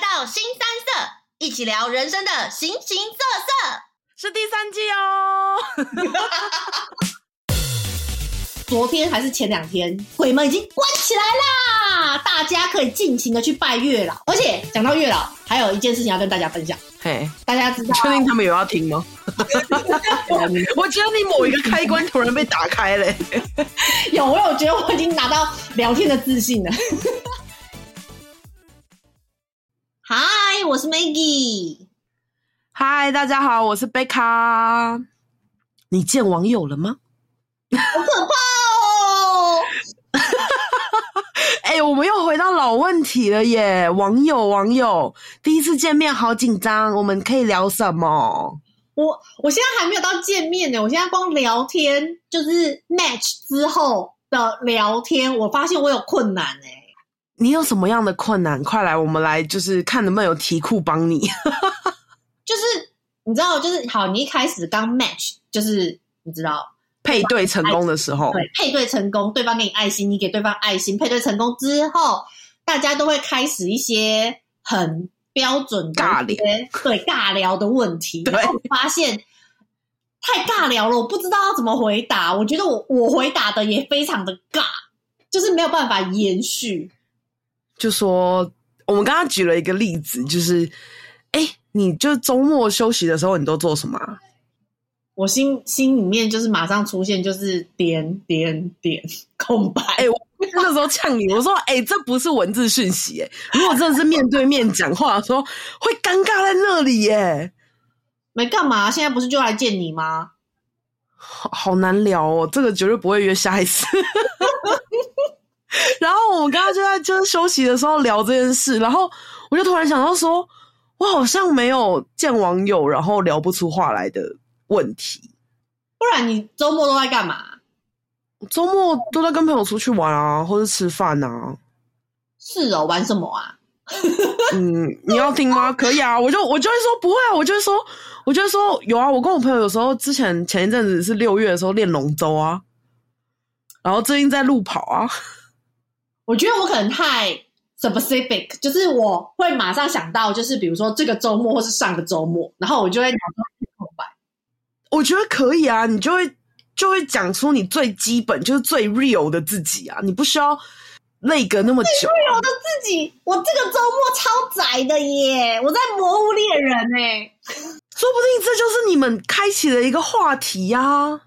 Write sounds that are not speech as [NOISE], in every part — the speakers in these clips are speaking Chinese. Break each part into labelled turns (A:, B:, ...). A: 到新三色，一起聊人生的形形色色。
B: 是第三季哦。
A: 昨天还是前两天，鬼门已经关起来啦，大家可以尽情的去拜月老。而且讲到月老，还有一件事情要跟大家分享。
B: 嘿，
A: 大家知
B: 你
A: 道，
B: 确定他们有要听吗？ [LAUGHS] 我觉得你某一个开关突然被打开了欸、
A: 有我有觉得我已经拿到聊天的自信了。 [LAUGHS] 嗨，我是 Maggie。
B: 嗨，大家好，我是贝卡。你见网友了吗？
A: 哦，
B: 哎、我们又回到老问题了耶！网友，网友，第一次见面好紧张，我们可以聊什么？
A: 我我现在还没有到见面呢，我现在光聊天就是 match 之后的聊天，我发现我有困难哎、
B: 你有什么样的困难？快来，我们来就是看能不能有题库帮你。 [LAUGHS]
A: 就是你知道，就是好，你一开始刚 match 就是你知道。
B: 配对成功的时候，
A: 对，配对成功，对方给你爱心，你给对方爱心，配对成功之后，大家都会开始一些很标准的
B: 尬
A: 一些，对尬聊的问题。
B: 对
A: 然后我发现太尬聊了，我不知道要怎么回答。我觉得我我回答的也非常的尬，就是没有办法延续。
B: 就说我们刚刚举了一个例子，就是，哎、你就周末休息的时候，你都做什么啊、
A: 我心心里面就是马上出现就是点点点空白，
B: [LAUGHS] 哎那时候呛你，我说：“哎、这不是文字讯息、欸，如果真的是面对面讲话的时候，会尴尬在那里、哎耶，
A: 没干嘛，现在不是就来见你吗？
B: 好好难聊哦，这个绝对不会约下一次。”然后我们刚刚就在就是休息的时候聊这件事，然后我就突然想到说，我好像没有见网友，然后聊不出话来的问题。
A: 不然你周末都在干嘛？
B: 我周末都在跟朋友出去玩啊，或者吃饭啊。
A: 是哦，玩什么啊？
B: 嗯， [LAUGHS] 你要听吗？可以啊，我就我就会说不会啊，我就会说，我就会说有啊。我跟我朋友有时候之前前一阵子是六月的时候练龙舟啊，然后最近在路跑啊。
A: 我觉得我可能太 specific，就是我会马上想到，就是比如说这个周末或是上个周末，然后我就会脑中空白。
B: 我觉得可以啊，你就会就会讲出你最基本就是最 real 的自己啊，你不需要那个那么久啊、
A: 我的自己，我这个周末超宅的耶！我在《魔物猎人》哎，
B: 说不定这就是你们开启的一个话题呀、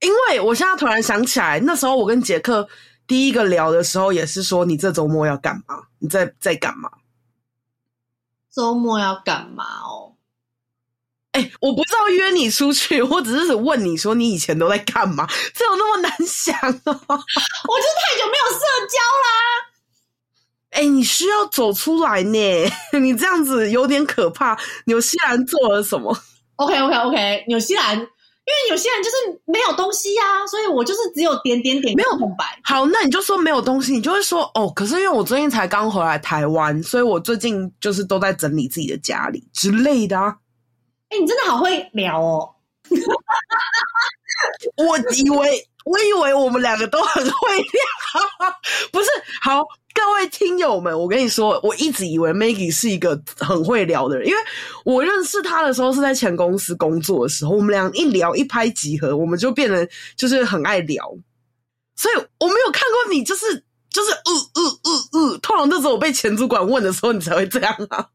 B: 因为我现在突然想起来，那时候我跟杰克第一个聊的时候，也是说你这周末要干嘛？你在在干嘛？
A: 周末要干嘛哦？
B: 哎、我不知道约你出去，我只是问你说你以前都在干嘛？这有那么难想哦？
A: 我就是太久没有社交啦。
B: 哎、你需要走出来呢， [LAUGHS] 你这样子有点可怕。纽西兰做了什么？
A: OK OK OK，纽西兰，因为纽西兰就是没有东西呀、所以我就是只有点点点，
B: 没有
A: 空白。
B: 好，那你就说没有东西，你就会说哦，可是因为我最近才刚回来台湾，所以我最近就是都在整理自己的家里之类的啊。
A: 哎、你真的好会聊哦。
B: 我以为，我以为我们两个都很会聊，不是？好，各位听友们，我跟你说，我一直以为 Maggie 是一个很会聊的人，因为我认识他的时候是在前公司工作的时候，我们俩一聊一拍即合，我们就变得就是很爱聊，所以我没有看过你就是就是呃呃呃呃，通常都只有被前主管问的时候，你才会这样啊。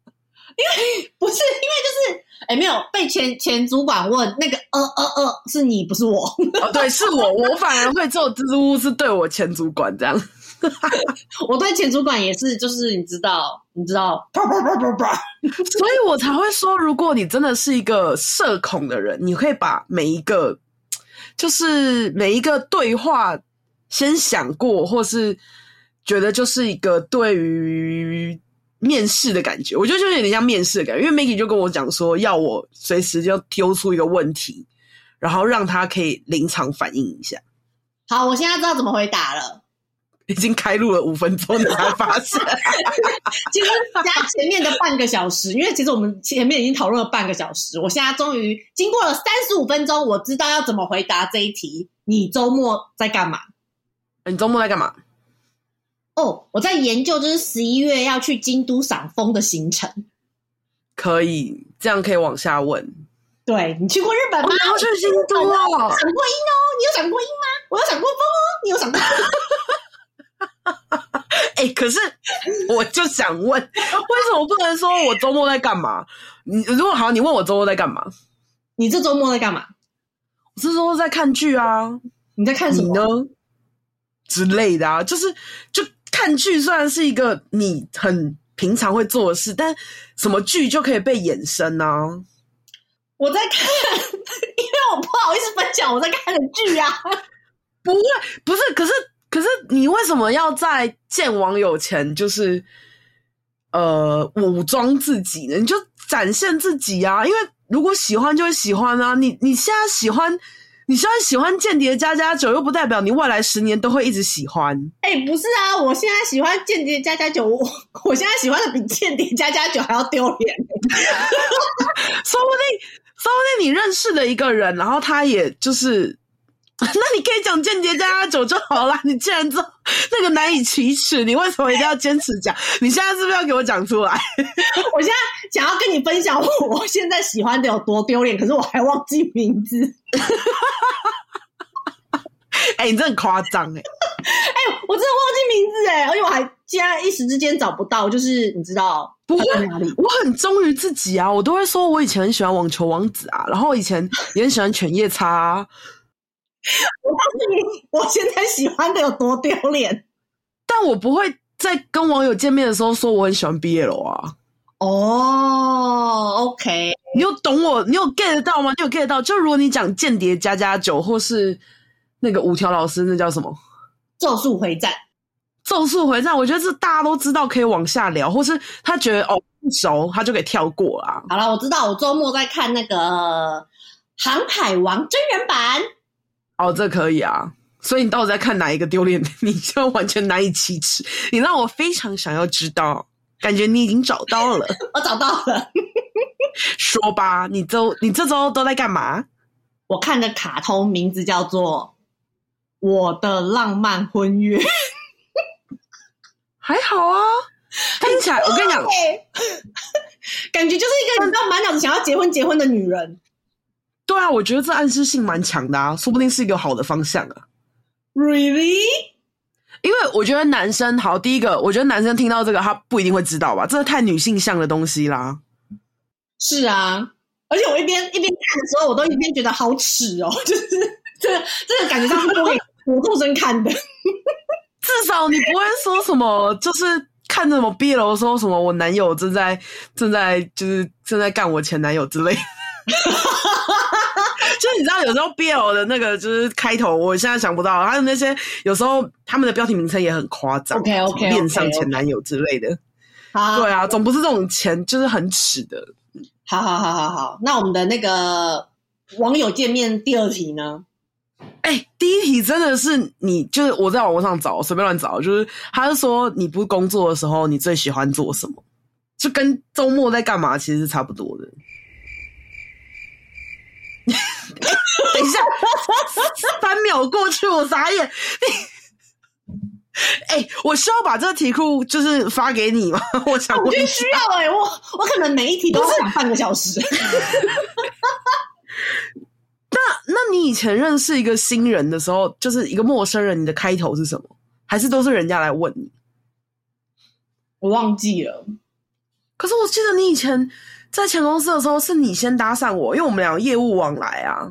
A: 不是因为就是哎、没有被前前主管问那个呃呃呃是你不是我， [LAUGHS]
B: 哦，对，是我，我反而会做 [LAUGHS] 支支吾吾，是对我前主管这样。
A: 我对前主管也是就是你知道你知道，啪啪啪啪啪，
B: 所以我才会说，如果你真的是一个社恐的人，你可以把每一个，就是每一个对话先想过，或是觉得就是一个对于面试的感觉，我觉得就是有点像面试的感觉。因为 Maggie 就跟我讲说，要我随时就丢出一个问题，然后让他可以临场反应一下。 [LAUGHS]
A: 好，我现在知道怎么回答了。
B: 已经开录了五分钟，你才发现。
A: 其实加前面的半个小时，因为其实我们前面已经讨论了半个小时，我现在终于经过了三十五分钟，我知道要怎么回答这一题。你周末在干嘛？
B: 你周末在干嘛？
A: 哦，我在研究就是十一月要去京都赏枫的行程。
B: 可以，这样可以往下问。
A: 对你去过日本吗
B: 我？要去京都
A: 赏过
B: 哦，
A: 樱哦，你有赏过樱吗？我有赏过枫哦，你有赏过？
B: 哎、可是我就想问，为什么不能说我周末在干嘛？你如果好，你问我周末在干嘛？
A: 你这周末在干嘛？
B: 我这周末在看剧啊，
A: 你在看什
B: 你
A: 么？
B: 呢之类的啊，就是就看剧虽然是一个你很平常会做的事，但什么剧就可以被衍生啊。
A: 我在看，因为我不好意思分享我在看的剧啊。
B: 不会，不是，可是可是你为什么要在见网友前就是呃武装自己呢？你就展现自己啊！因为如果喜欢就会喜欢啊！你你现在喜欢，你现在喜欢《间谍加加酒》，又不代表你未来十年都会一直喜欢。
A: 哎、不是啊，我现在喜欢《间谍加加酒》，我我现在喜欢的比《间谍加加酒》还要丢脸。
B: 说不定，说不定你认识的一个人，然后他也就是， [LAUGHS] 那你可以讲间谍加加酒就好啦。你既然这 [LAUGHS] 那个难以启齿，你为什么一定要坚持讲？你现在是不是要给我讲出来？
A: 我现在想要跟你分享我我现在喜欢的有多丢脸，可是我还忘记名字。
B: 哎、你真的很夸张哎！
A: 哎、我真的忘记名字哎，而且我还竟然一时之间找不到，就是你知道
B: 不会
A: 他在哪里？
B: 我很忠于自己啊，我都会说我以前很喜欢网球王子啊，然后以前也很喜欢犬夜叉、啊。
A: 我告诉你，我现在喜欢的有多丢脸
B: 但我不会在跟网友见面的时候说我很喜欢 BL 啊。
A: 哦。OK，
B: 你有懂我？你有 get 到吗？你有 get 到？就如果你讲《间谍加加酒》或是那个五条老师，那叫什么《
A: 咒术回战，
B: 咒术回战》，我觉得这大家都知道，可以往下聊，或是他觉得哦不熟，他就给跳过啊。
A: 好了，我知道，我周末在看那个呃《航海王》真人版。
B: 哦，这可以啊。所以你到底在看哪一个丢脸？你就完全难以启齿，你让我非常想要知道。感觉你已经找到了，
A: 我找到了，
B: 说吧，你周你这周都在干嘛？
A: 我看的卡通名字叫做《我的浪漫婚约》。
B: 还好啊，听起来我跟你讲，
A: 感觉就是一个你知道满脑子想要结婚结婚的女人。
B: 对啊，我觉得这暗示性蛮强的啊，说不定是一个好的方向啊。
A: Really？
B: 因为我觉得男生好，第一个，我觉得男生听到这个他不一定会知道吧，这太女性向的东西啦。
A: 是啊，而且我一边一边看的时候，我都一边觉得好耻哦，就是这个这个感觉上是我给国中生看的。
B: 至少你不会说什么，就是看着什么 BL 说什么我男友正在正在就是正在干我前男友之类 [LAUGHS] 的。就是你知道，有时候 BL 的那个就是开头，我现在想不到，还有那些有时候他们的标题名称也很夸张
A: OK，OK，OK，OK
B: 什么恋上前男友之类的。
A: 好，
B: 对啊，总不是这种前就是很耻的。
A: 好好好好好，那我们的那个网友见面第二题呢？
B: 哎、第一题真的是你，就是我在网络上找，随便乱找，就是他是说你不工作的时候，你最喜欢做什么？就跟周末在干嘛其实是差不多的。 [LAUGHS] 哎等一下，三秒过去，我傻眼。 [LAUGHS] 哎、我需要把这个题库就是发给你吗？ [LAUGHS] 我想
A: 我
B: 问
A: 觉
B: 一
A: 得
B: 下
A: 需要哎、我我可能每一题都要讲半个小时。
B: 那你以前认识一个新人的时候，就是一个陌生人，你的开头是什么？还是都是人家来问你？
A: 我忘记了，
B: 可是我记得你以前在前公司的时候，是你先搭讪我，因为我们俩有业务往来啊。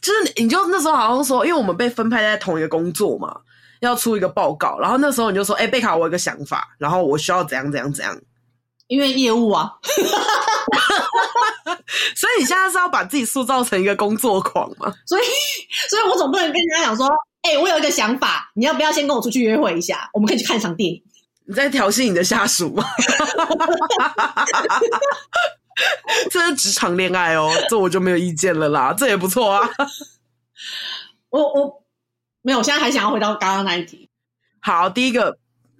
B: 就是你你就那时候好像说，因为我们被分派在同一个工作嘛，要出一个报告，然后那时候你就说：“哎、贝卡，我有一个想法，然后我需要怎样怎样怎样。
A: 因为业务啊，”
B: 所以你现在是要把自己塑造成一个工作狂吗？
A: 所以所以我总不能跟人家讲说，哎、我有一个想法，你要不要先跟我出去约会一下？我们可以去看一场电影。
B: 你在调戏你的下属吗？ [LAUGHS] 这是职场恋爱哦，这我就没有意见了啦，这也不错啊。
A: 我我没有，我现在还想要回到刚刚那一题。
B: 好，第一个，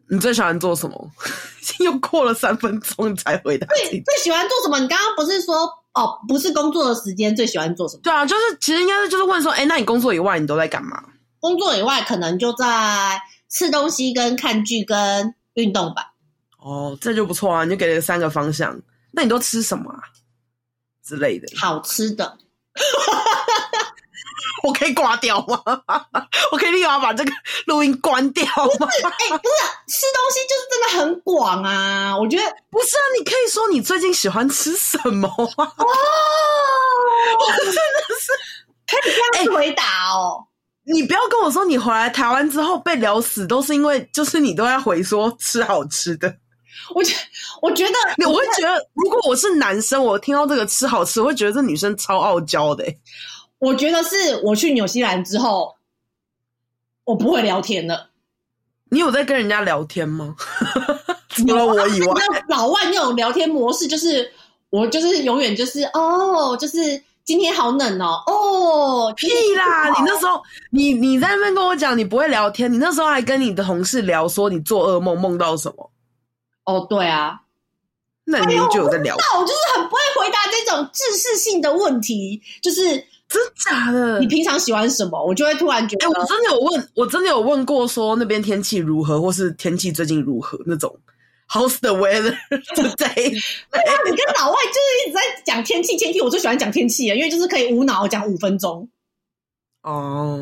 B: 你最喜欢做什么？ [LAUGHS] 已经又过了三分钟你才回答这
A: 最
B: 一题。
A: 最喜欢做什么？你刚刚不是说哦，不是工作的时间最喜欢做什么？
B: 对啊，就是其实应该是就是问说，哎、那你工作以外你都在干嘛？
A: 工作以外，可能就在吃东西、跟看剧、跟运动吧。
B: 哦，这就不错啊，你就给了三个方向。那你都吃什么啊之类的？ [LAUGHS]
A: 好吃的，
B: 我可以挂掉吗？ [LAUGHS] 我可以立马把这个录音关掉吗？
A: 哎、不是啊吃东西就是真的很广啊，我觉得
B: [LAUGHS] 不是啊，你可以说你最近喜欢吃什么啊？
A: 哦，
B: 我真的是，
A: 这样子回答哦。
B: [LAUGHS] 你不要跟我说你回来台湾之后被聊死，都是因为就是你都在回说吃好吃的。
A: 我觉我觉得
B: 你我会觉得，如果我是男生，我听到这个吃好吃，我会觉得这女生超傲娇的、欸。
A: 我觉得是我去纽西兰之后，我不会聊天了。
B: 你有在跟人家聊天吗？ [LAUGHS] 除了我以外，
A: 那老外那种聊天模式，就是我就是永远就是哦，就是今天好冷哦，哦，
B: [LAUGHS] 屁啦！你那时候，你你在那边跟我讲你不会聊天，你那时候还跟你的同事聊说你做噩梦梦到什么，
A: 哦，对啊，
B: 那你就有在聊，
A: 那我就是很不会回答这种知识性的问题，就是
B: 真假的？
A: 你平常喜欢什么，我就会突然觉得，
B: 哎、我真的有问，我真的有问过说那边天气如何，或是天气最近如何那种。How's the weather [LAUGHS] today？
A: 那你跟老外就是一直在讲天气，天气，我最喜欢讲天气了，因为就是可以无脑讲五分钟，
B: 哦，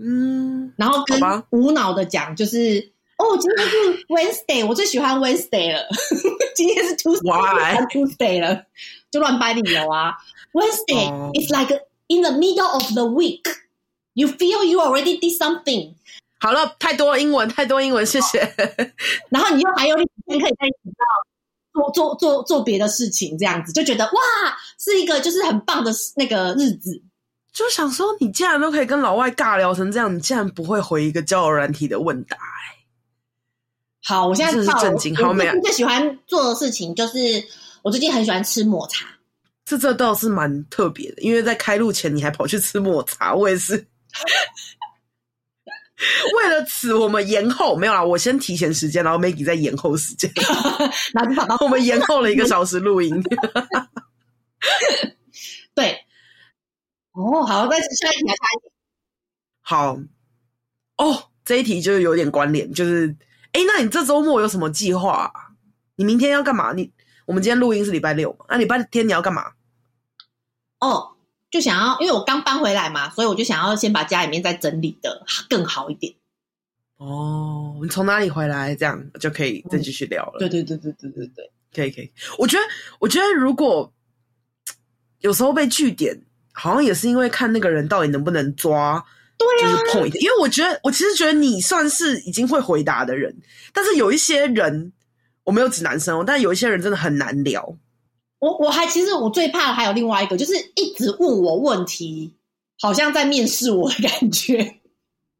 B: 嗯，
A: 然后跟
B: 好吧
A: 无脑的讲就是。哦，今天是 Wednesday，我最喜欢 Wednesday 了。今天是
B: Why？
A: Tuesday，Tuesday 了，就乱掰理由啊。Wednesday、
B: 哦
A: is like in the middle of the week. You feel you already did something，
B: 好了，太多英文，太多英文，谢谢。
A: 然后你又还有两天可以再你知道做做做做别的事情，这样子就觉得哇，是一个就是很棒的那个日子。
B: [LAUGHS] 就想说，你竟然都可以跟老外尬聊成这样，你竟然不会回一个交友软体的问答，
A: 好，我现在
B: 这是
A: 知道了
B: 正经
A: 我
B: 好
A: 我
B: 美
A: 最
B: 啊
A: 近最喜欢做的事情就是，我最近很喜欢吃抹茶。
B: 这这倒是蛮特别的。因为在开录前，你还跑去吃抹茶，我也是。 [LAUGHS] 为了此，我们延后没有啦，我先提前时间，然后 Maggie 再延后时间，
A: 然后就跑到
B: [LAUGHS] 我们延后了一个小时录音。
A: 对，哦，好，再下一题啊，下一题。
B: 好，哦，这一题就是有点关联，就是，哎，那你这周末有什么计划啊、你明天要干嘛？你我们今天录音是礼拜六嘛？那、礼拜天你要干嘛？
A: 哦，就想要，因为我刚搬回来嘛，所以我就想要先把家里面再整理的更好一点。
B: 哦，你从哪里回来？这样就可以再继续聊了。
A: 对对对对对对对，
B: 可以可以。我觉得，我觉得如果有时候被据点，好像也是因为看那个人到底能不能抓，
A: 对
B: 就是
A: 啊，
B: point。因为我觉得，我其实觉得你算是已经会回答的人，但是有一些人，我没有指男生哦，但有一些人真的很难聊。
A: 我我还其实我最怕的还有另外一个，就是一直问我问题，好像在面试我的感觉。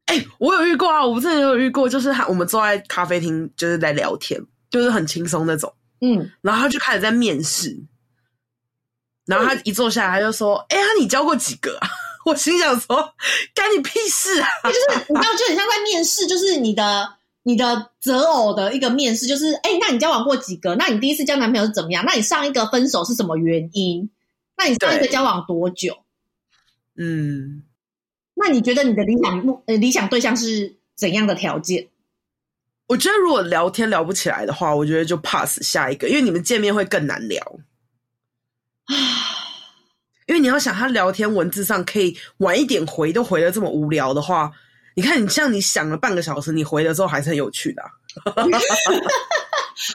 B: 哎、我有遇过啊，我之前有遇过，就是他我们坐在咖啡厅，就是在聊天，就是很轻松那种。
A: 嗯，
B: 然后他就开始在面试，然后他一坐下来，他就说：“哎、呀，你教过几个、啊？” [LAUGHS] 我心想说：“干你屁事啊
A: 就是你知道，就很像在面试，就是你的你的择偶的一个面试，就是哎、那你交往过几个？那你第一次交男朋友是怎么样？那你上一个分手是什么原因？那你上一个
B: 对
A: 交往多久？！”
B: 嗯，
A: 那你觉得你的理想目呃理想对象是怎样的条件？ [LAUGHS]
B: 我觉得如果聊天聊不起来的话，我觉得就 pass 下一个，因为你们见面会更难聊。因为你要想，他聊天文字上可以晚一点回，都回的这么无聊的话，你看你像你想了半个小时，你回的时候还是很有趣的、啊。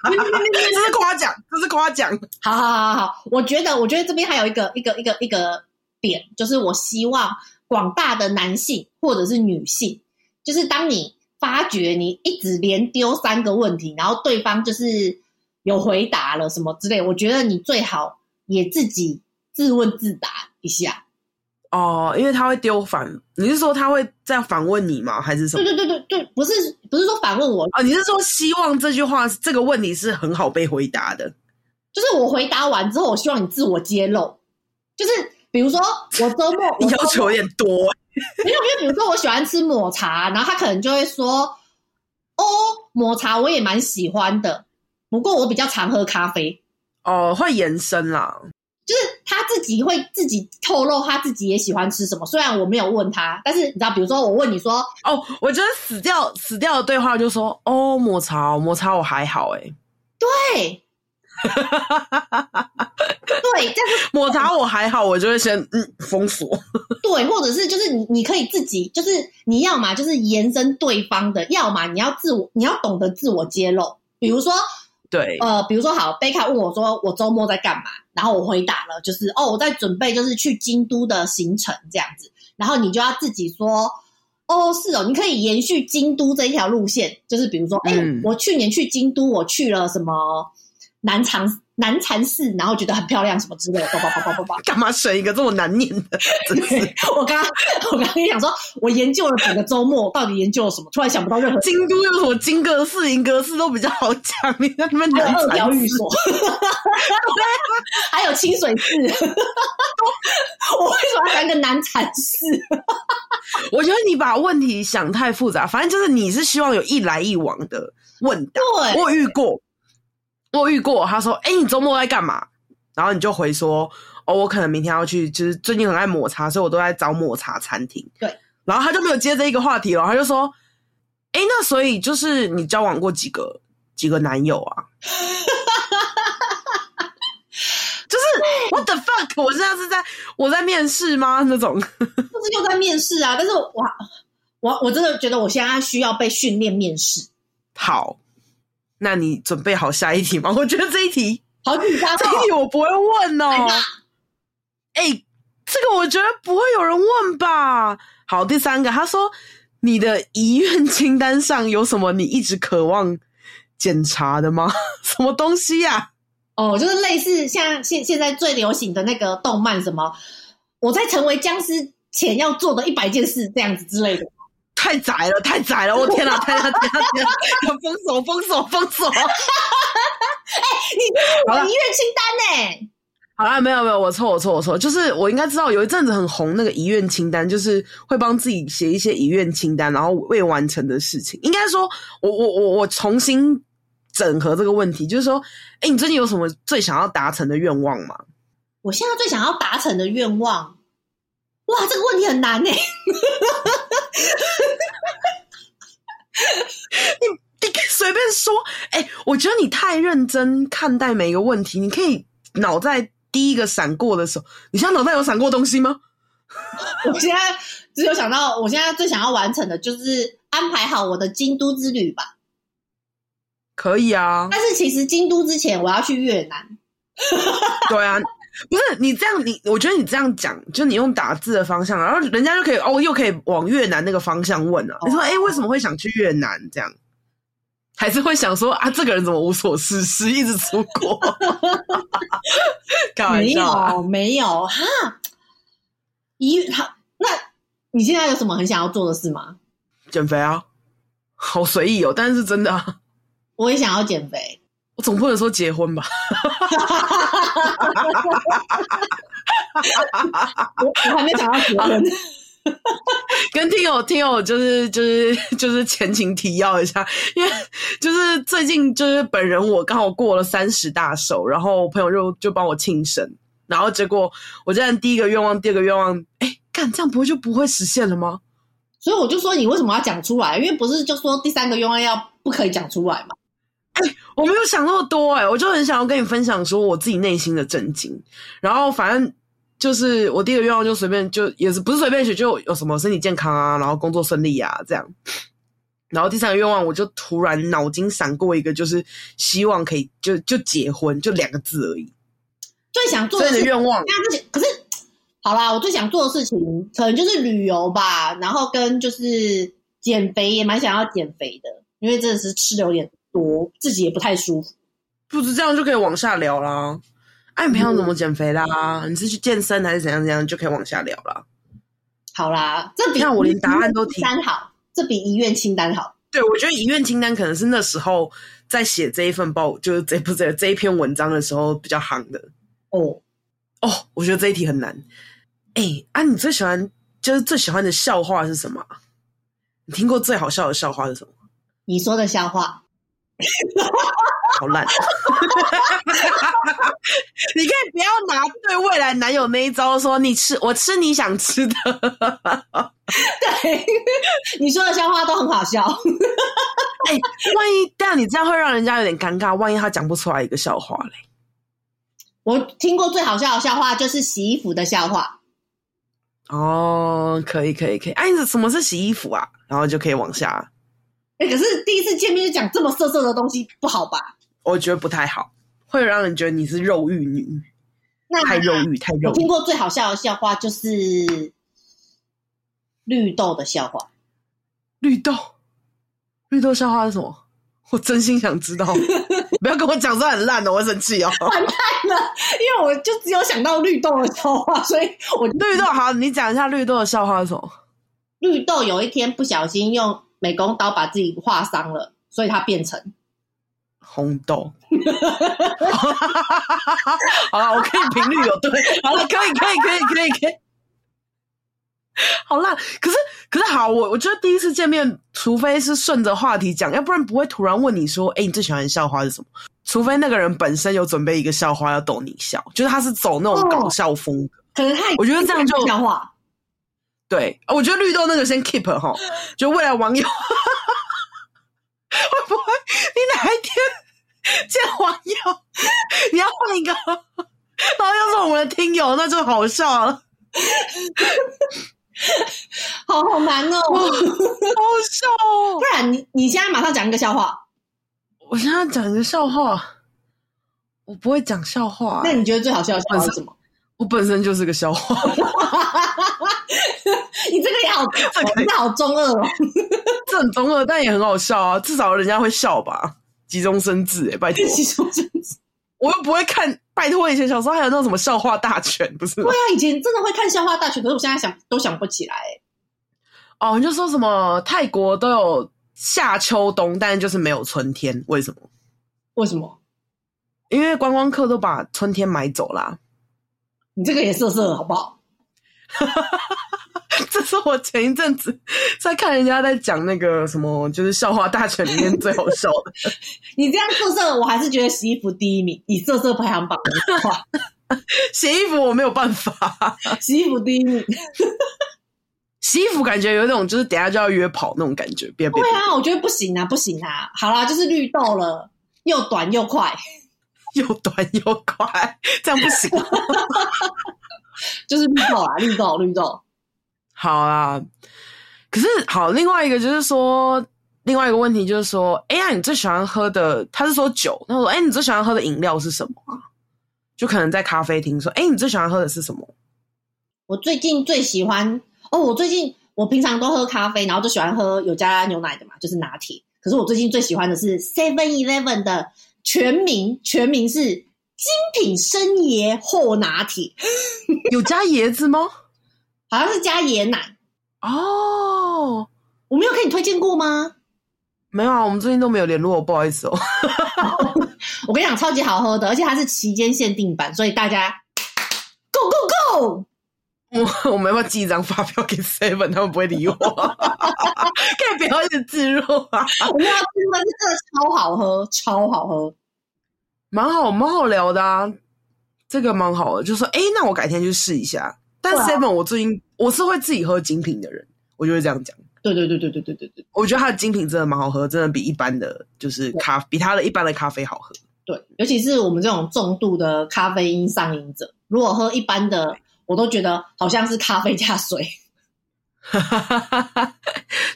B: 这是夸奖，这是夸奖。
A: 好好好好好，我觉得我觉得这边还有一个一个一个一个点，就是我希望广大的男性或者是女性，就是当你发觉你一直连丢三个问题，然后对方就是有回答了什么之类，我觉得你最好也自己自问自答一下。
B: 哦，因为他会丢反，你是说他会再反问你吗？还是什
A: 对
B: 么？
A: 对对对对，不是不是说反问我，
B: 啊、你是说希望这句话这个问题是很好被回答的？
A: 就是我回答完之后，我希望你自我揭露，就是比如说我周末
B: [LAUGHS]
A: 我
B: 你要求有点多、
A: [LAUGHS] 没有，因为比如说我喜欢吃抹茶，然后他可能就会说：“哦，抹茶我也蛮喜欢的，不过我比较常喝咖啡。
B: 哦，会延伸啦。”
A: 就是他自己会自己透露他自己也喜欢吃什么，虽然我没有问他，但是你知道，比如说我问你说，
B: 哦，我觉得死掉死掉的对话就说哦抹茶哦抹茶我还好哎、
A: 对，对，哎但是
B: 抹茶我还好，我就会先嗯封锁。
A: 对，或者是就是你你可以自己，就是你要嘛就是延伸对方的，要么你要自我，你要懂得自我揭露，比如说
B: 对，
A: 呃，比如说好，贝卡问我说我周末在干嘛，然后我回答了，就是哦，我在准备就是去京都的行程这样子，然后你就要自己说，哦，是哦，你可以延续京都这一条路线，就是比如说，哎、
B: 嗯
A: 我去年去京都，我去了什么南长南禅寺，然后觉得很漂亮什么之类的，叭叭叭叭叭 [LAUGHS] 叭。
B: 干嘛选一个这么难念的？真 [LAUGHS] 是
A: 对我刚刚我刚刚想说，我研究了整个周末，到底研究了什么？突然想不到任何
B: 京都有什么金阁寺、银阁寺都比较好讲，你在那边
A: 还
B: 难
A: 有二疗
B: 缠
A: 愈所， [LAUGHS] 还有清水寺。 [LAUGHS] 我为什么要讲一个难产 [LAUGHS] 寺？
B: 我觉得你把问题想太复杂，反正就是你是希望有一来一往的问答。
A: 对
B: 我有遇过，我有遇过，他说：“哎、你周末在干嘛？”然后你就回说：“哦，我可能明天要去，就是最近很爱抹茶，所以我都在找抹茶餐厅。”
A: 对，
B: 然后他就没有接这一个话题了，他就说：“哎、那所以就是你交往过几个几个男
A: [LAUGHS]
B: 友啊？”就是 what the fuck！我现在是在我在面试吗？那种。
A: 就是又在面试啊！但是我我我真的觉得我现在需要被训练面试，
B: 好，那你准备好下一题吗？我觉得这一题，
A: 好紧张
B: 这一
A: 哦！
B: 题我不会问哦。哎、这个我觉得不会有人问吧？好，第三个，他说你的遗愿清单上有什么你一直渴望检查的吗？什么东西呀、
A: 哦，就是类似像现现在最流行的那个动漫什么，我在成为僵尸前要做的一百件事这样子之类的。
B: 太窄了，太窄了！我、天哪，天哪，天哪，天哪！封锁，封锁，封锁！
A: 我
B: 好了
A: 一月清单呢、
B: 好啦，没有没有，我错我错我错，就是我应该知道有一阵子很红那个遗愿清单，就是会帮自己写一些遗愿清单，然后未完成的事情。应该说，我我我我重新整合这个问题，就是说，哎、你最近有什么最想要达成的愿望吗？
A: 我现在最想要达成的愿望，哇，这个问题很难呢、
B: 你可以随便说，哎、我觉得你太认真看待每一个问题，你可以脑在第一个闪过的时候，你现在脑袋有闪过东西吗？
A: [LAUGHS] 我现在只有想到，我现在最想要完成的就是安排好我的京都之旅吧。
B: 可以啊，
A: 但是其实京都之前我要去越南，
B: [LAUGHS] 对啊，不是你这样，你我觉得你这样讲，就你用打字的方向，然后人家就可以哦，又可以往越南那个方向问啊。
A: 哦
B: 你说，哎、为什么会想去越南？这样还是会想说啊，这个人怎么无所事事，一直出国？ [LAUGHS] 开玩
A: 没
B: 笑啊，
A: 有没有哈，一好，那你现在有什么很想要做的事吗？
B: 减肥啊，好随意哦，但是真的、啊，
A: 我也想要减肥，
B: 我总不能说结婚吧？
A: 我我还没想要结婚。
B: 跟听友听友就是就是就是前情提要一下，因为就是最近就是本人我刚好过了三十大寿，然后朋友就就帮我庆生，然后结果我竟然第一个愿望、第二个愿望，哎，干这样不会就不会实现了吗？
A: [LAUGHS] 所以我就说你为什么要讲出来？因为不是就说第三个愿望要不可以讲出来嘛？
B: 我没有想那么多哎、我就很想要跟你分享说我自己内心的震惊。然后反正就是我第一个愿望就随便就也是不是随便许，就有什么身体健康啊，然后工作顺利啊这样。然后第三个愿望，我就突然脑筋闪过一个，就是希望可以就就结婚，就两个字而已。
A: 最想做
B: 所以
A: 的
B: 你
A: 事
B: 的愿望
A: 那这些可是好啦，我最想做的事情可能就是旅游吧，然后跟就是减肥，也蛮想要减肥的，因为真的是吃的有点多，自己也不太舒服。
B: 不止这样就可以往下聊啦。哎、你平常怎么减肥啦？你是去健身还是怎样怎样，就可以往下聊啦。
A: 好啦，这比
B: 看我连答案都提
A: 清单好，这比遗愿清单好。
B: 对，我觉得遗愿清单可能是那时候在写这一份报，就是这不是这这一篇文章的时候比较夯的。
A: 哦，
B: 哦，我觉得这一题很难。哎、啊，你最喜欢就是最喜欢的笑话是什么啊？你听过最好笑的笑话是什么？
A: 你说的笑话，
B: 好烂。哦 [LAUGHS] 你可以不要拿对未来男友那一招说你吃我吃你想吃的， [LAUGHS]
A: 对， [LAUGHS] 你说的笑话都很好笑。
B: 哎、万一但你这样会让人家有点尴尬，万一他讲不出来一个笑话嘞？
A: 我听过最好笑的笑话就是洗衣服的笑话，
B: 哦，可以可以可以，哎、你什么是洗衣服啊？然后就可以往下，
A: 哎、可是第一次见面就讲这么色色的东西，不好吧？
B: 我觉得不太好，会让人觉得你是肉欲女，
A: 那
B: 太肉欲太肉
A: 我听
B: 欲。
A: 过最好笑的笑话就是绿豆的笑话，
B: 绿豆，绿豆笑话是什么？我真心想知 [LAUGHS] 道，不要跟我讲这很烂的，我会生气哦。
A: 因为我就只有想到绿豆的笑话，所以我
B: 绿豆好，你讲一下绿豆的笑话是什么？
A: 绿豆有一天不小心用美工刀把自己划伤了，所以它变成
B: 红 [LAUGHS] 豆。好了，我可以频率有对，好了，可以，可以，可以，可以，可以。好烂，可是可是好，我我觉得第一次见面，除非是顺着话题讲，要不然不会突然问你说：“哎、你最喜欢的笑话是什么？”除非那个人本身有准备一个笑话要逗你笑，就是他是走那种搞笑风格。
A: 可能他
B: 我觉得这样就
A: 笑话，
B: 对，啊我觉得绿豆那个先 keep 哈，就未来网友 [LAUGHS] 会不会你哪一天见网友，你要换一个，然后又是我们的听友，那就好笑了，
A: 好好难哦。
B: 好笑哦
A: 不！然你你现在马上讲一个笑话，
B: [LAUGHS] 我现在讲一个笑话，我不会讲笑话、啊
A: 那你觉得最好笑的笑话是什么？
B: 我本身就是个笑话，
A: [LAUGHS]
B: [LAUGHS]
A: 你这个也好，你这好中二哦。
B: 这很中二，但也很好笑啊，至少人家会笑吧。急中生智、哎，拜托，
A: 其实我真的是
B: 我又不会看，拜托，以前小时候还有那种什么笑话大全，不是吗
A: 对？啊，以前真的会看笑话大全，可是我现在想都想不起来、
B: 哦，你就说什么泰国都有夏秋冬，但是就是没有春天，为什么？
A: 为什么？
B: 因为观光客都把春天买走啦。 [LAUGHS]
A: 你这个也色色好不好？
B: 这是我前一阵子在看人家在讲那个什么，就是笑话大全里面最好笑的。 [LAUGHS]
A: 你这样色色，我还是觉得洗衣服第一名。以色色排行榜的话，
B: 洗衣服我没有办法， [LAUGHS]
A: 洗衣服第一名。
B: 洗衣服感觉有一种就是等一下就要约跑那种感觉，别别
A: 对啊，我觉得不行啊，不行啊。好啦，就是绿豆了，又短又快，
B: 别又短又快，这样不行。
A: 就是绿豆啦，绿豆，绿豆。
B: 好啊，可是好，另外一个就是说，另外一个问题就是说，哎、呀，你最喜欢喝的，他是说酒，他说，哎、你最喜欢喝的饮料是什么啊？就可能在咖啡厅说，哎、你最喜欢喝的是什么？
A: 我最近最喜欢哦，我最近我平常都喝咖啡，然后就喜欢喝有加牛奶的嘛，就是拿铁。可是我最近最喜欢的是 Seven Eleven 的全名，全名是精品生椰或拿铁，
B: 有加椰子吗？
A: 好像是加椰奶。
B: 哦，
A: 我没有给你推荐过吗？
B: 没有啊，我们最近都没有联络，不好意思哦。 [LAUGHS]
A: 我跟你讲，超级好喝的，而且它是期间限定版，所以大家 go go go！
B: 我我们要不要寄一张发票给 Seven？他们不会理我， [LAUGHS] 可以不要一直自入啊，
A: 我们要真的是真的超好喝，超好喝。
B: 蛮好，蛮好聊的啊，这个蛮好的，就说，哎、那我改天去试一下。但
A: 对啊
B: Seven 我最近我是会自己喝精品的人，我就会这样讲。
A: 对对对对对对对对
B: 我觉得它的精品真的蛮好喝，真的比一般的就是咖比它的一般的咖啡好喝。 [LAUGHS]
A: 对，尤其是我们这种重度的咖啡因上瘾者，如果喝一般的，我都觉得好像是咖啡加水。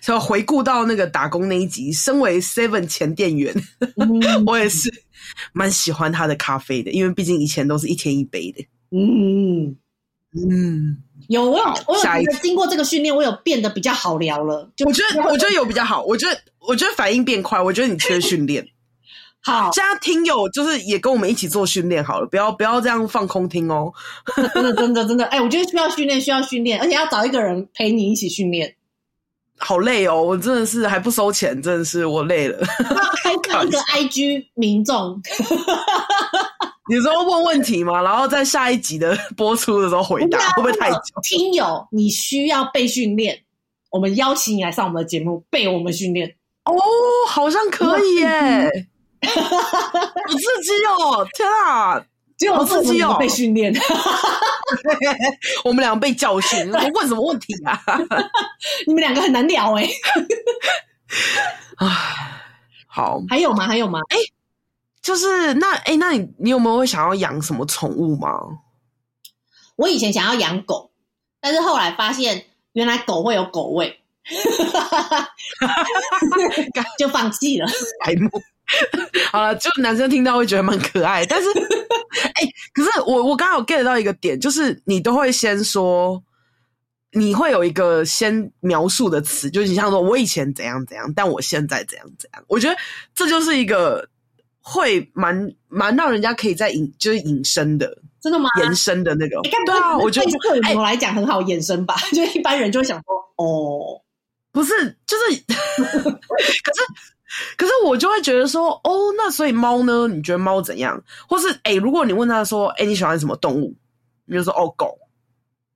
B: 所以回顾到那个打工那一集，身为 Seven 前
A: [LAUGHS]
B: 店员，
A: 嗯
B: 我也是蛮喜欢它的咖啡的，因为毕竟以前都是一天一杯的。
A: 嗯，
B: 嗯，
A: 有我有我有
B: 下一
A: 觉
B: 题
A: 得经过这个训练，我有变得比较好聊了。就
B: 我觉得我觉得有比较好，我觉得我觉得反应变快，我觉得你缺训练。
A: 好，
B: 现在听友就是也跟我们一起做训练好了，不要不要这样放空听哦。
A: 真的真的真的，哎、我觉得需要训练，需要训练，而且要找一个人陪你一起训练。
B: 好累哦，我真的是还不收钱，真的是我累了。 [LAUGHS]
A: 要开放一个 IG 民众，
B: 你说问问题嘛，然后在下一集的播出的时候回答，会不会太久？
A: 听友，你需要被训练，我们邀请你来上我们的节目，被我们训练。
B: 哦，好像可以耶！好刺激哦！天啊，
A: 只有
B: 好
A: 父
B: 刺
A: 母
B: 激哦
A: 被训练， [LAUGHS]
B: 我们俩被教训，我问什么问题啊？
A: 你们两个很难聊哎、
B: 唉，好，
A: 还有吗？还有吗？哎
B: 就是那哎、那你你有没有会想要养什么宠物吗？
A: 我以前想要养狗，但是后来发现原来狗会有狗
B: [LAUGHS]
A: 味，就放弃了。
B: 白目。 [LAUGHS] 好了，就男生听到会觉得蛮可爱，但是哎、可是我我刚好 get 到一个点，就是你都会先说，你会有一个先描述的词，就是你像说我以前怎样怎样，但我现在怎样怎样。我觉得这就是一个会蛮蛮让人家可以在引就是引申的
A: 真的吗？哎
B: 延伸的那个
A: 你看，，
B: 对啊，我觉得
A: 对社牛来讲很好衍生吧， [LAUGHS] 就一般人就会想说，哦，
B: 不是，就是， [LAUGHS] 可是，可是我就会觉得说，哦，那所以猫呢？你觉得猫怎样？或是，哎、如果你问他说，哎、你喜欢什么动物？你就说，哦，狗，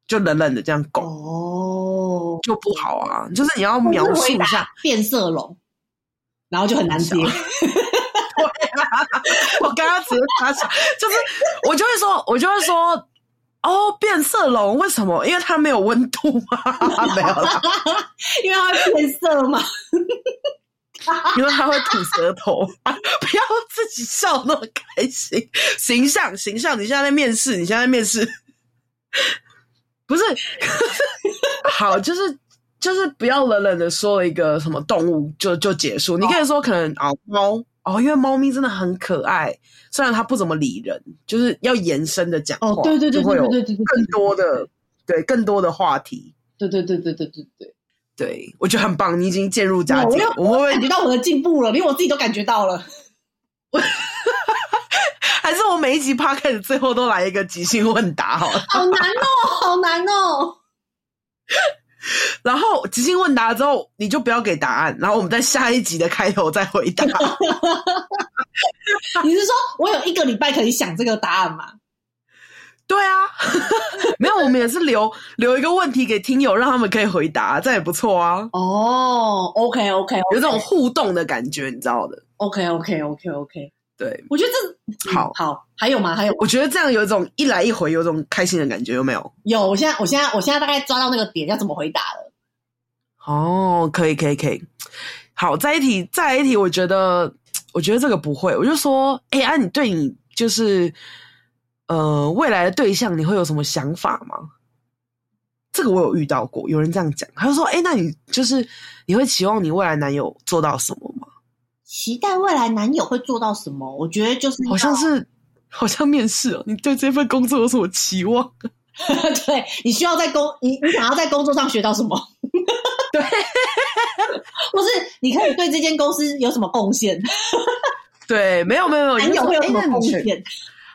B: 就冷冷的这样，狗
A: 哦，
B: 就不好啊。就是你要描
A: 或是
B: 述
A: 回
B: 一
A: 答
B: 下，
A: 变色龙，然后就很难接。
B: 我刚刚只是他想，就是我就会说，我就会说，哦，变色龙为什么？因为它没有温度吗？ [LAUGHS] 没有啦，
A: [LAUGHS] 因为它会变色嘛，
B: 因为它会吐舌头。 [LAUGHS] 不要自己笑那么开心，形象形象，你现在在面试，你现在在面试，不是？ [LAUGHS] 好，就是就是不要冷冷的说了一个什么动物就就结束，你可以说可能啊猫哦，因为猫咪真的很可爱，虽然它不怎么理人，就是要延伸的讲话，
A: [LAUGHS] 哦，对对对
B: 就会
A: 对
B: 有
A: 对对对，
B: 更多的对更多的话题。
A: 对对对对对对对，
B: 对，我觉得很棒，你已经渐入佳
A: 哦我
B: 境
A: 又。
B: 我们会不会
A: 感哎觉到我的进步了，连我自己都感觉到了。
B: 还是我每一集 p o d c a s 最后都来一个即兴问答好了。
A: [LAUGHS] 好难哦，好难哦。
B: 然后即兴问答之后，你就不要给答案，然后我们在下一集的开头再回答。
A: [LAUGHS] 你是说我有一个礼拜可以想这个答案吗？
B: 对啊，没有，我们也是留留一个问题给听友，让他们可以回答，这样也不错啊，
A: 哦，OK OK
B: 有这种互动的感觉，你知道的。
A: OK OK OK OK，
B: 对，
A: 我觉得这嗯
B: 好
A: 好，还有吗？还有吗
B: 我觉得这样有一种一来一回，有一种开心的感觉，有没有？
A: 有，我现在我现在我现在大概抓到那个点要怎么回答了。
B: 哦，可以，可以，可以。好，再一题，再来一题，我觉得，我觉得这个不会，我就说，哎、啊，你对你就是，呃，未来的对象，你会有什么想法吗？这个我有遇到过，有人这样讲，他就说，哎、那你就是你会期望你未来男友做到什么吗？
A: 期待未来男友会做到什么？我觉得就是
B: 好像
A: 要
B: 是，好像面试哦，你对这份工作有什么期望？ [LAUGHS]
A: [LAUGHS] 对你需要在工你你想要在工作上学到什么？
B: [LAUGHS]
A: [LAUGHS]
B: 对，
A: 或是你可以对这间公司有什么贡献？
B: 对，没有，没有，没
A: [LAUGHS]
B: 有，
A: 男
B: 你就
A: 友
B: 说
A: 会有
B: 哎
A: 什么
B: 那你
A: 贡
B: 选
A: 献？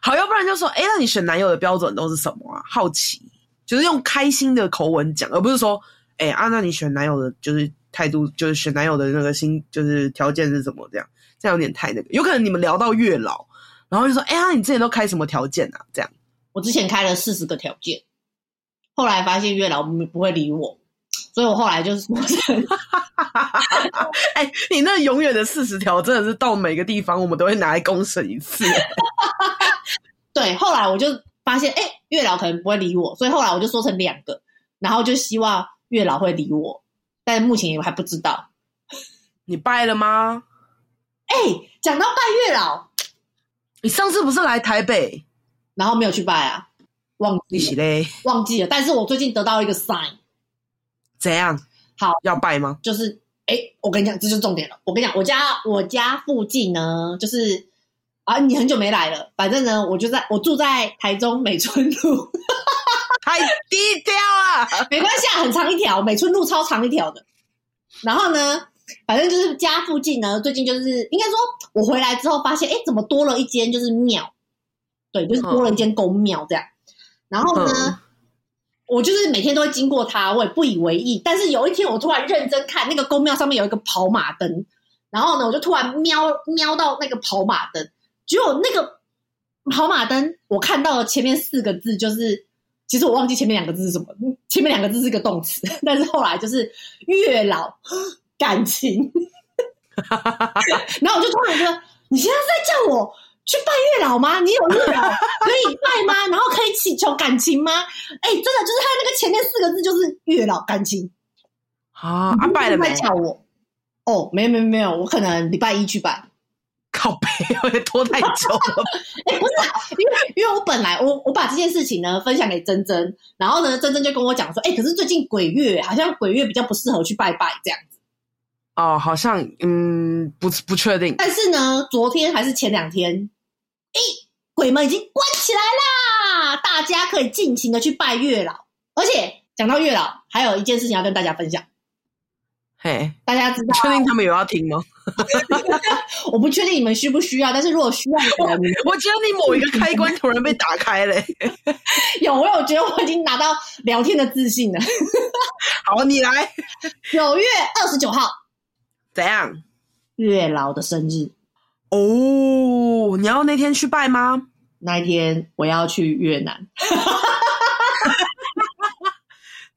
B: 好，要不然就说，哎、那你选男友的标准都是什么啊？好奇，就是用开心的口吻讲，而不是说，哎、啊，那你选男友的，就是态度，就是选男友的那个心，就是条件是什么？这样，这样有点太那个，有可能你们聊到月老，然后就说，哎、呀、你之前都开什么条件啊？这样，
A: 我之前开了四十个条件，后来发现月老不不会理我，所以我后来就是说
B: 哎、你那永远的四十条真的是到每个地方，我们都会拿来公审一次。
A: [LAUGHS]
B: [LAUGHS]
A: 对，后来我就发现，哎、月老可能不会理我，所以后来我就说成两个，然后就希望月老会理我，但目前还不知道。
B: 你拜了吗？
A: 哎、讲到拜月老，
B: 你上次不是来台北？
A: 然后没有去拜啊，忘
B: 你
A: 记
B: 洗
A: 了
B: 嘞？
A: 忘记了。但是我最近得到一个 sign，
B: 怎样？
A: 好，
B: 要拜吗？
A: 就是哎、我跟你讲，这就是重点了。我跟你讲，我家我家附近呢，就是啊，你很久没来了，反正呢，我就在我住在台中美村路， [LAUGHS]
B: 太低调了。
A: 没关系啊，很长一条，美村路超长一条的。然后呢，反正就是家附近呢，最近就是应该说，我回来之后发现，哎，怎么多了一间就是庙？对，就是多了一间公庙这样。然后呢，
B: 嗯
A: 我就是每天都会经过它，我也不以为意。但是有一天，我突然认真看那个公庙上面有一个跑马灯，然后呢，我就突然瞄瞄到那个跑马灯，结果那个跑马灯，我看到了前面四个字，就是其实我忘记前面两个字是什么，前面两个字是个动词， [LAUGHS] 但是后来就是月老 [LAUGHS] 感情，然后我就突然觉得你现在在叫我去拜月老吗？你有月老可以拜
B: [LAUGHS]
A: 吗？然后可以祈求感情吗？哎、真的就是他那个前面四个字就是月老感情，
B: 啊，啊拜了
A: 你
B: 没
A: 在？叫我。哦，没有没有没有，我可能礼拜一去拜。 [LAUGHS]
B: 靠背， [LAUGHS] 我也拖太久了。 [LAUGHS]
A: 哎、不是、啊，因为因为我本来我我把这件事情呢分享给珍珍，然后呢，珍珍就跟我讲说，哎、可是最近鬼月好像鬼月比较不适合去拜拜这样子。
B: 哦，好像嗯，不不确定。
A: 但是呢，昨天还是前两天，哎、鬼门已经关起来啦，大家可以尽情的去拜月老。而且讲到月老，还有一件事情要跟大家分享，
B: 嘿，
A: 大家知道
B: 你，确定他们有要听吗？ [LAUGHS]
A: 我不确定你们需不需要，但是如果需要的人，
B: [LAUGHS] 我觉得你某一个开关突然被打开了、 [LAUGHS]
A: 有我有觉得我已经拿到聊天的自信了。
B: 好，你来，
A: 九月二十九号，
B: 怎样？
A: 月老的生日。
B: 哦，你要那天去拜吗？
A: 那一天我要去越南，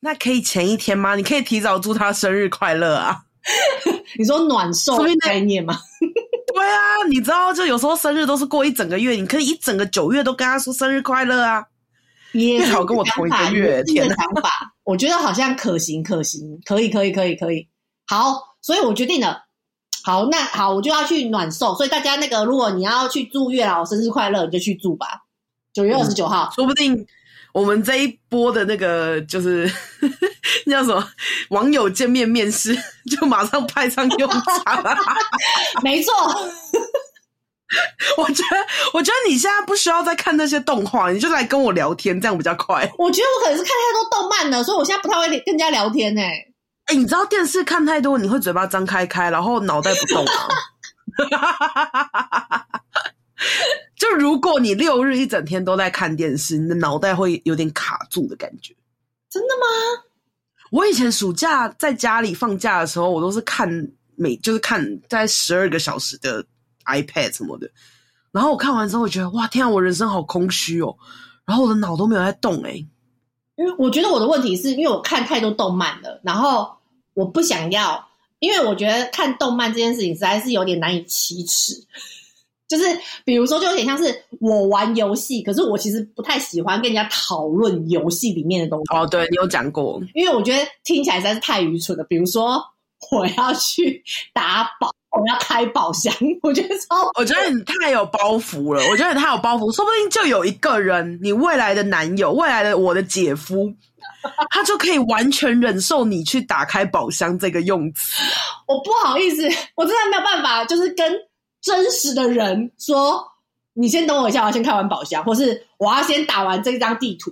B: 那可以前一天吗？你可以提早祝他生日快乐啊！
A: 你说暖寿
B: 说不定那
A: 概念吗？
B: 对啊，你知道，就有时候生日都是过一整个月，你可以一整个九月都跟他说生日快乐啊。
A: 也
B: 月老跟我同一个月
A: 这
B: 天
A: 个
B: 哪
A: 想法，我觉得好像可行，可行，可以，可以，可以，可以。好，所以我决定了。好，那好，我就要去暖寿。所以大家那个，如果你要去祝月老生日快乐，你就去祝吧。九月二十九号，
B: 说不定我们这一波的那个就是 [LAUGHS] 那叫什么网友见面面试，就马上派上用场了。 [LAUGHS]
A: 没错，
B: 我觉得，我觉得你现在不需要再看那些动画，你就来跟我聊天，这样比较快。
A: 我觉得我可能是看太多动漫了，所以我现在不太会跟人家聊天欸呢、
B: 哎、你知道电视看太多，你会嘴巴张开开，然后脑袋不动啊。 [LAUGHS] 就如果你六日一整天都在看电视，你的脑袋会有点卡住的感觉。
A: 真的吗？
B: 我以前暑假在家里放假的时候，我都是看每就是看在十二个小时的 iPad 什么的，然后我看完之后，我觉得哇天啊，我人生好空虚哦，然后我的脑都没有在动哎、
A: 因为我觉得我的问题是因为我看太多动漫了，然后我不想要，因为我觉得看动漫这件事情实在是有点难以启齿。就是比如说，就有点像是我玩游戏，可是我其实不太喜欢跟人家讨论游戏里面的东西，
B: 哦，对你有讲过，
A: 因为我觉得听起来实在是太愚蠢了。比如说，我要去打宝，我要开宝箱， [LAUGHS] 我觉得超
B: 我觉得你太有包袱了，我觉得你太有包袱，说不定就有一个人，你未来的男友，未来的我的姐夫，他就可以完全忍受你去打开宝箱这个用词。
A: 我不好意思，我真的没有办法，就是跟真实的人说，你先等我一下，我要先看完宝箱，或是我要先打完这张地图。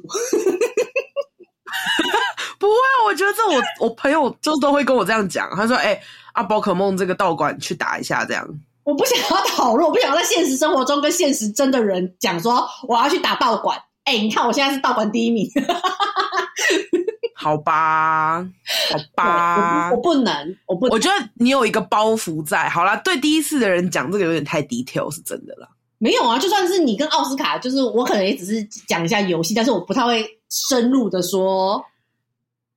B: 不会，啊我觉得这我我朋友就都会跟我这样讲，他说：“哎、啊，宝可梦这个道馆去打一下，这样。
A: 我不想要讨论，我不想要在现实生活中跟现实真的人讲说我要去打道馆。哎、你看我现在是道馆第一名，”
B: 好吧，好吧
A: 我我，不能，我不
B: 我觉得你有一个包袱在。好啦，对第一次的人讲这个有点太 detail，是真的啦。
A: 没有啊。就算是你跟奥斯卡，就是我可能也只是讲一下游戏，但是我不太会深入的说，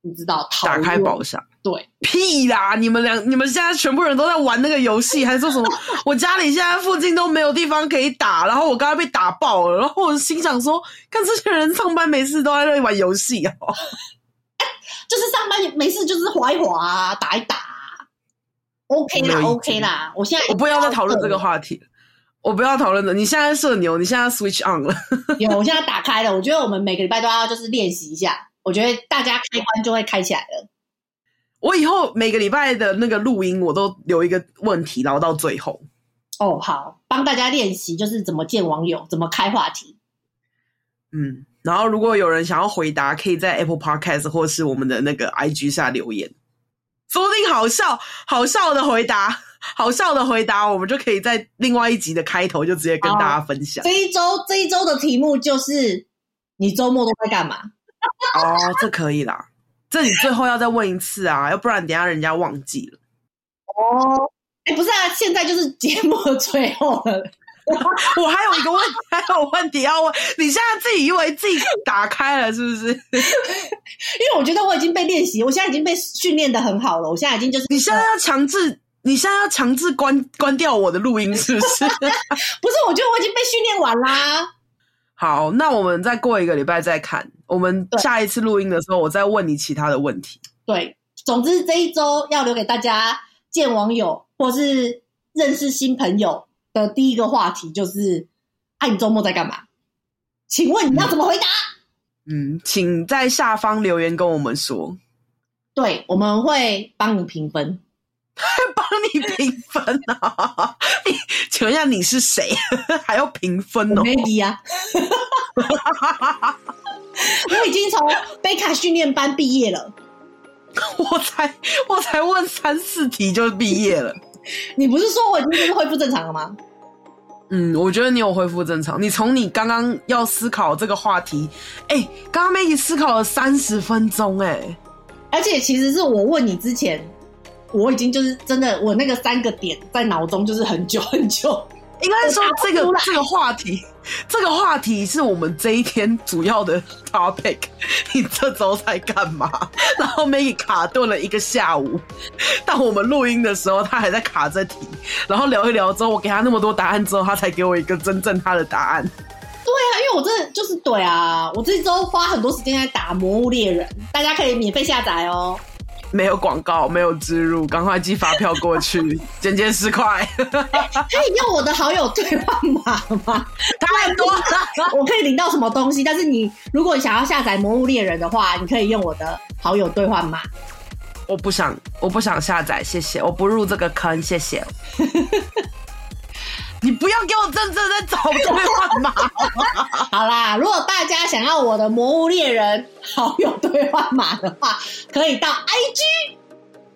A: 你知道，讨
B: 打
A: 论
B: 开宝箱。
A: 对。
B: 屁啦！你们两，你们现在全部人都在玩那个游戏，还说什么？我家里现在附近都没有地方可以打，然后我刚刚被打爆了，然后我心想说，看这些人上班没事都在那里玩游戏哦。
A: 就是上班没事就是划一划、啊，打一打啊、，OK
B: 没有
A: 啦
B: 意见
A: ，OK 啦。我现在
B: 我不要再讨论这个话题了，我不要讨论的。你现在社牛，你现在 switch on 了，
A: [LAUGHS] 有，我现在打开了。我觉得我们每个礼拜都要就是练习一下，我觉得大家开关就会开起来了。
B: 我以后每个礼拜的那个录音，我都留一个问题，然后到最后。
A: 哦，好，帮大家练习就是怎么见网友，怎么开话题。
B: 嗯，然后如果有人想要回答，可以在 Apple Podcast 或是我们的那个 IG 下留言，说不定好笑好笑的回答，好笑的回答，我们就可以在另外一集的开头就直接跟
A: 好
B: 大家分享。
A: 这一周这一周的题目就是你周末都在干嘛？
B: 哦，这可以啦，这你最后要再问一次啊，要不然等一下人家忘记了。
A: 哦，哎，不是啊，现在就是节目的最后了。
B: 我还有一个问， [LAUGHS] 还有问题要问，你现在自己以为自己打开了是不是？
A: 因为我觉得我已经被练习，我现在已经被训练的很好了。我现在已经就是
B: 你现在要强制你现在要强制关关掉我的录音是不是？
A: 不是，我觉得我已经被训练完啦。
B: 好，那我们再过一个礼拜再看。我们
A: 对
B: 下一次录音的时候，我再问你其他的问题。
A: 对，总之这一周要留给大家见网友或是认识新朋友的第一个话题就是：哎、你周末在干嘛？请问你要怎么回答？
B: 嗯，请在下方留言跟我们说， [LAUGHS]
A: 对，我们会帮你评分。
B: 帮你评分啊！ [LAUGHS] 你请问一下你是谁？ [LAUGHS] 还要评分哦？
A: Maggie
B: [LAUGHS]
A: 啊，我已经从贝卡训练班毕业了。
B: 我才我才问三四题就毕业了。
A: 你不是说我已经就是恢复正常了吗？
B: 嗯，我觉得你有恢复正常。你从你刚刚要思考这个话题，哎、刚刚 Maggie 思考了三十分钟、哎，
A: 而且其实是我问你之前，我已经就是真的，我那个三个点在脑中就是很久很久。
B: 应该说
A: 我
B: 这
A: 答不出
B: 个
A: 来
B: 这个话题，这个话题是我们这一天主要的 topic。你 [LAUGHS] 这周在干嘛？然后 Maggie 卡顿了一个下午，但我们录音的时候他还在卡这题，然后聊一聊之后，我给他那么多答案之后，他才给我一个真正他的答案。
A: 对啊，因为我真的就是对啊，我这一周花很多时间在打《魔物猎人》，大家可以免费下载
B: [LAUGHS]
A: 哦。
B: 没有广告，没有植入，赶快寄发票过去，减减十
A: [LAUGHS]
B: [LAUGHS] 块，
A: 可以用我的好友兑换码吗？
B: 太多了。
A: [LAUGHS] 我可以领到什么东西？但是你如果你想要下载《魔物猎人》的话，你可以用我的好友兑换码。
B: 我不想，我不想下载，谢谢，我不入这个坑，谢谢。你不要给我真正在找对换码，
A: 好啦，如果大家想要我的《魔物猎人》好友兑换码的话，可以到 IG。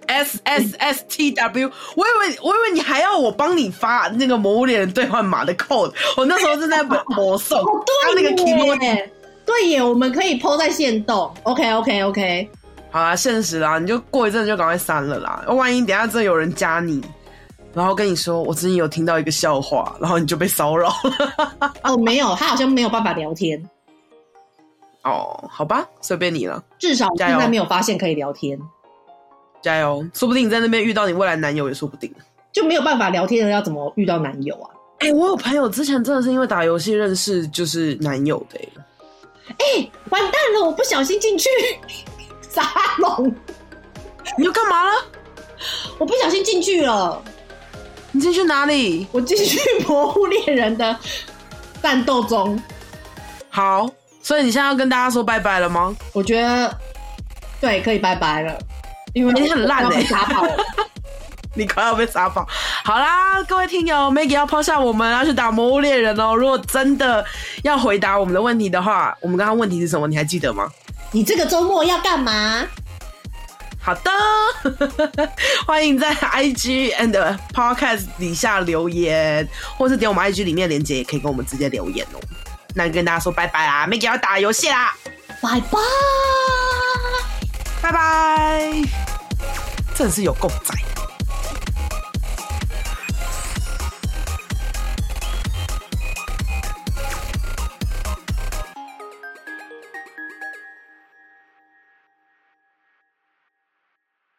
B: S S S T W，我以为我以为你还要我帮你发那个《魔物猎人》兑换码的 code，我那时候正在魔兽，
A: 哦，
B: 他
A: 对
B: 那个 key
A: 耶，对耶，我们可以 PO 在线动。OK OK OK，
B: 好啦，现实啦，你就过一阵就赶快删了啦。万一等一下真的有人加你，然后跟你说我最近有听到一个笑话，然后你就被骚扰了。
A: 哦，没有，他好像没有办法聊天，
B: 哦，好吧，随便你了，
A: 至少我
B: 加
A: 现
B: 油
A: 在没有发现可以聊天，
B: 加油！说不定你在那边遇到你未来男友也说不定。
A: 就没有办法聊天的要怎么遇到男友啊？
B: 哎、我有朋友之前真的是因为打游戏认识就是男友的、欸，
A: 哎完蛋了，我不小心进去 [LAUGHS] 沙龙，
B: 你又干嘛了？
A: 我不小心进去了，
B: 你进去哪里？
A: 我进去《魔物猎人》的战斗中，
B: 好，所以你现在要跟大家说拜拜了吗？
A: 我觉得对，可以拜拜了，因为
B: 你很烂
A: 我要被
B: 欸
A: 打跑
B: [LAUGHS]
A: 了。
B: 你快要被杀爆！好啦，各位听友，Maggie 要抛下我们，要去打《魔物猎人》哦。如果真的要回答我们的问题的话，我们刚刚问题是什么？你还记得吗？
A: 你这个周末要干嘛？
B: 好的， [LAUGHS] 欢迎在 IG and Podcast 底下留言，或是点我们 IG 里面链接，也可以跟我们直接留言哦。那跟大家说拜拜啦，Maggie 要打游戏啦，
A: 拜拜。
B: 拜拜！真的是有够仔的。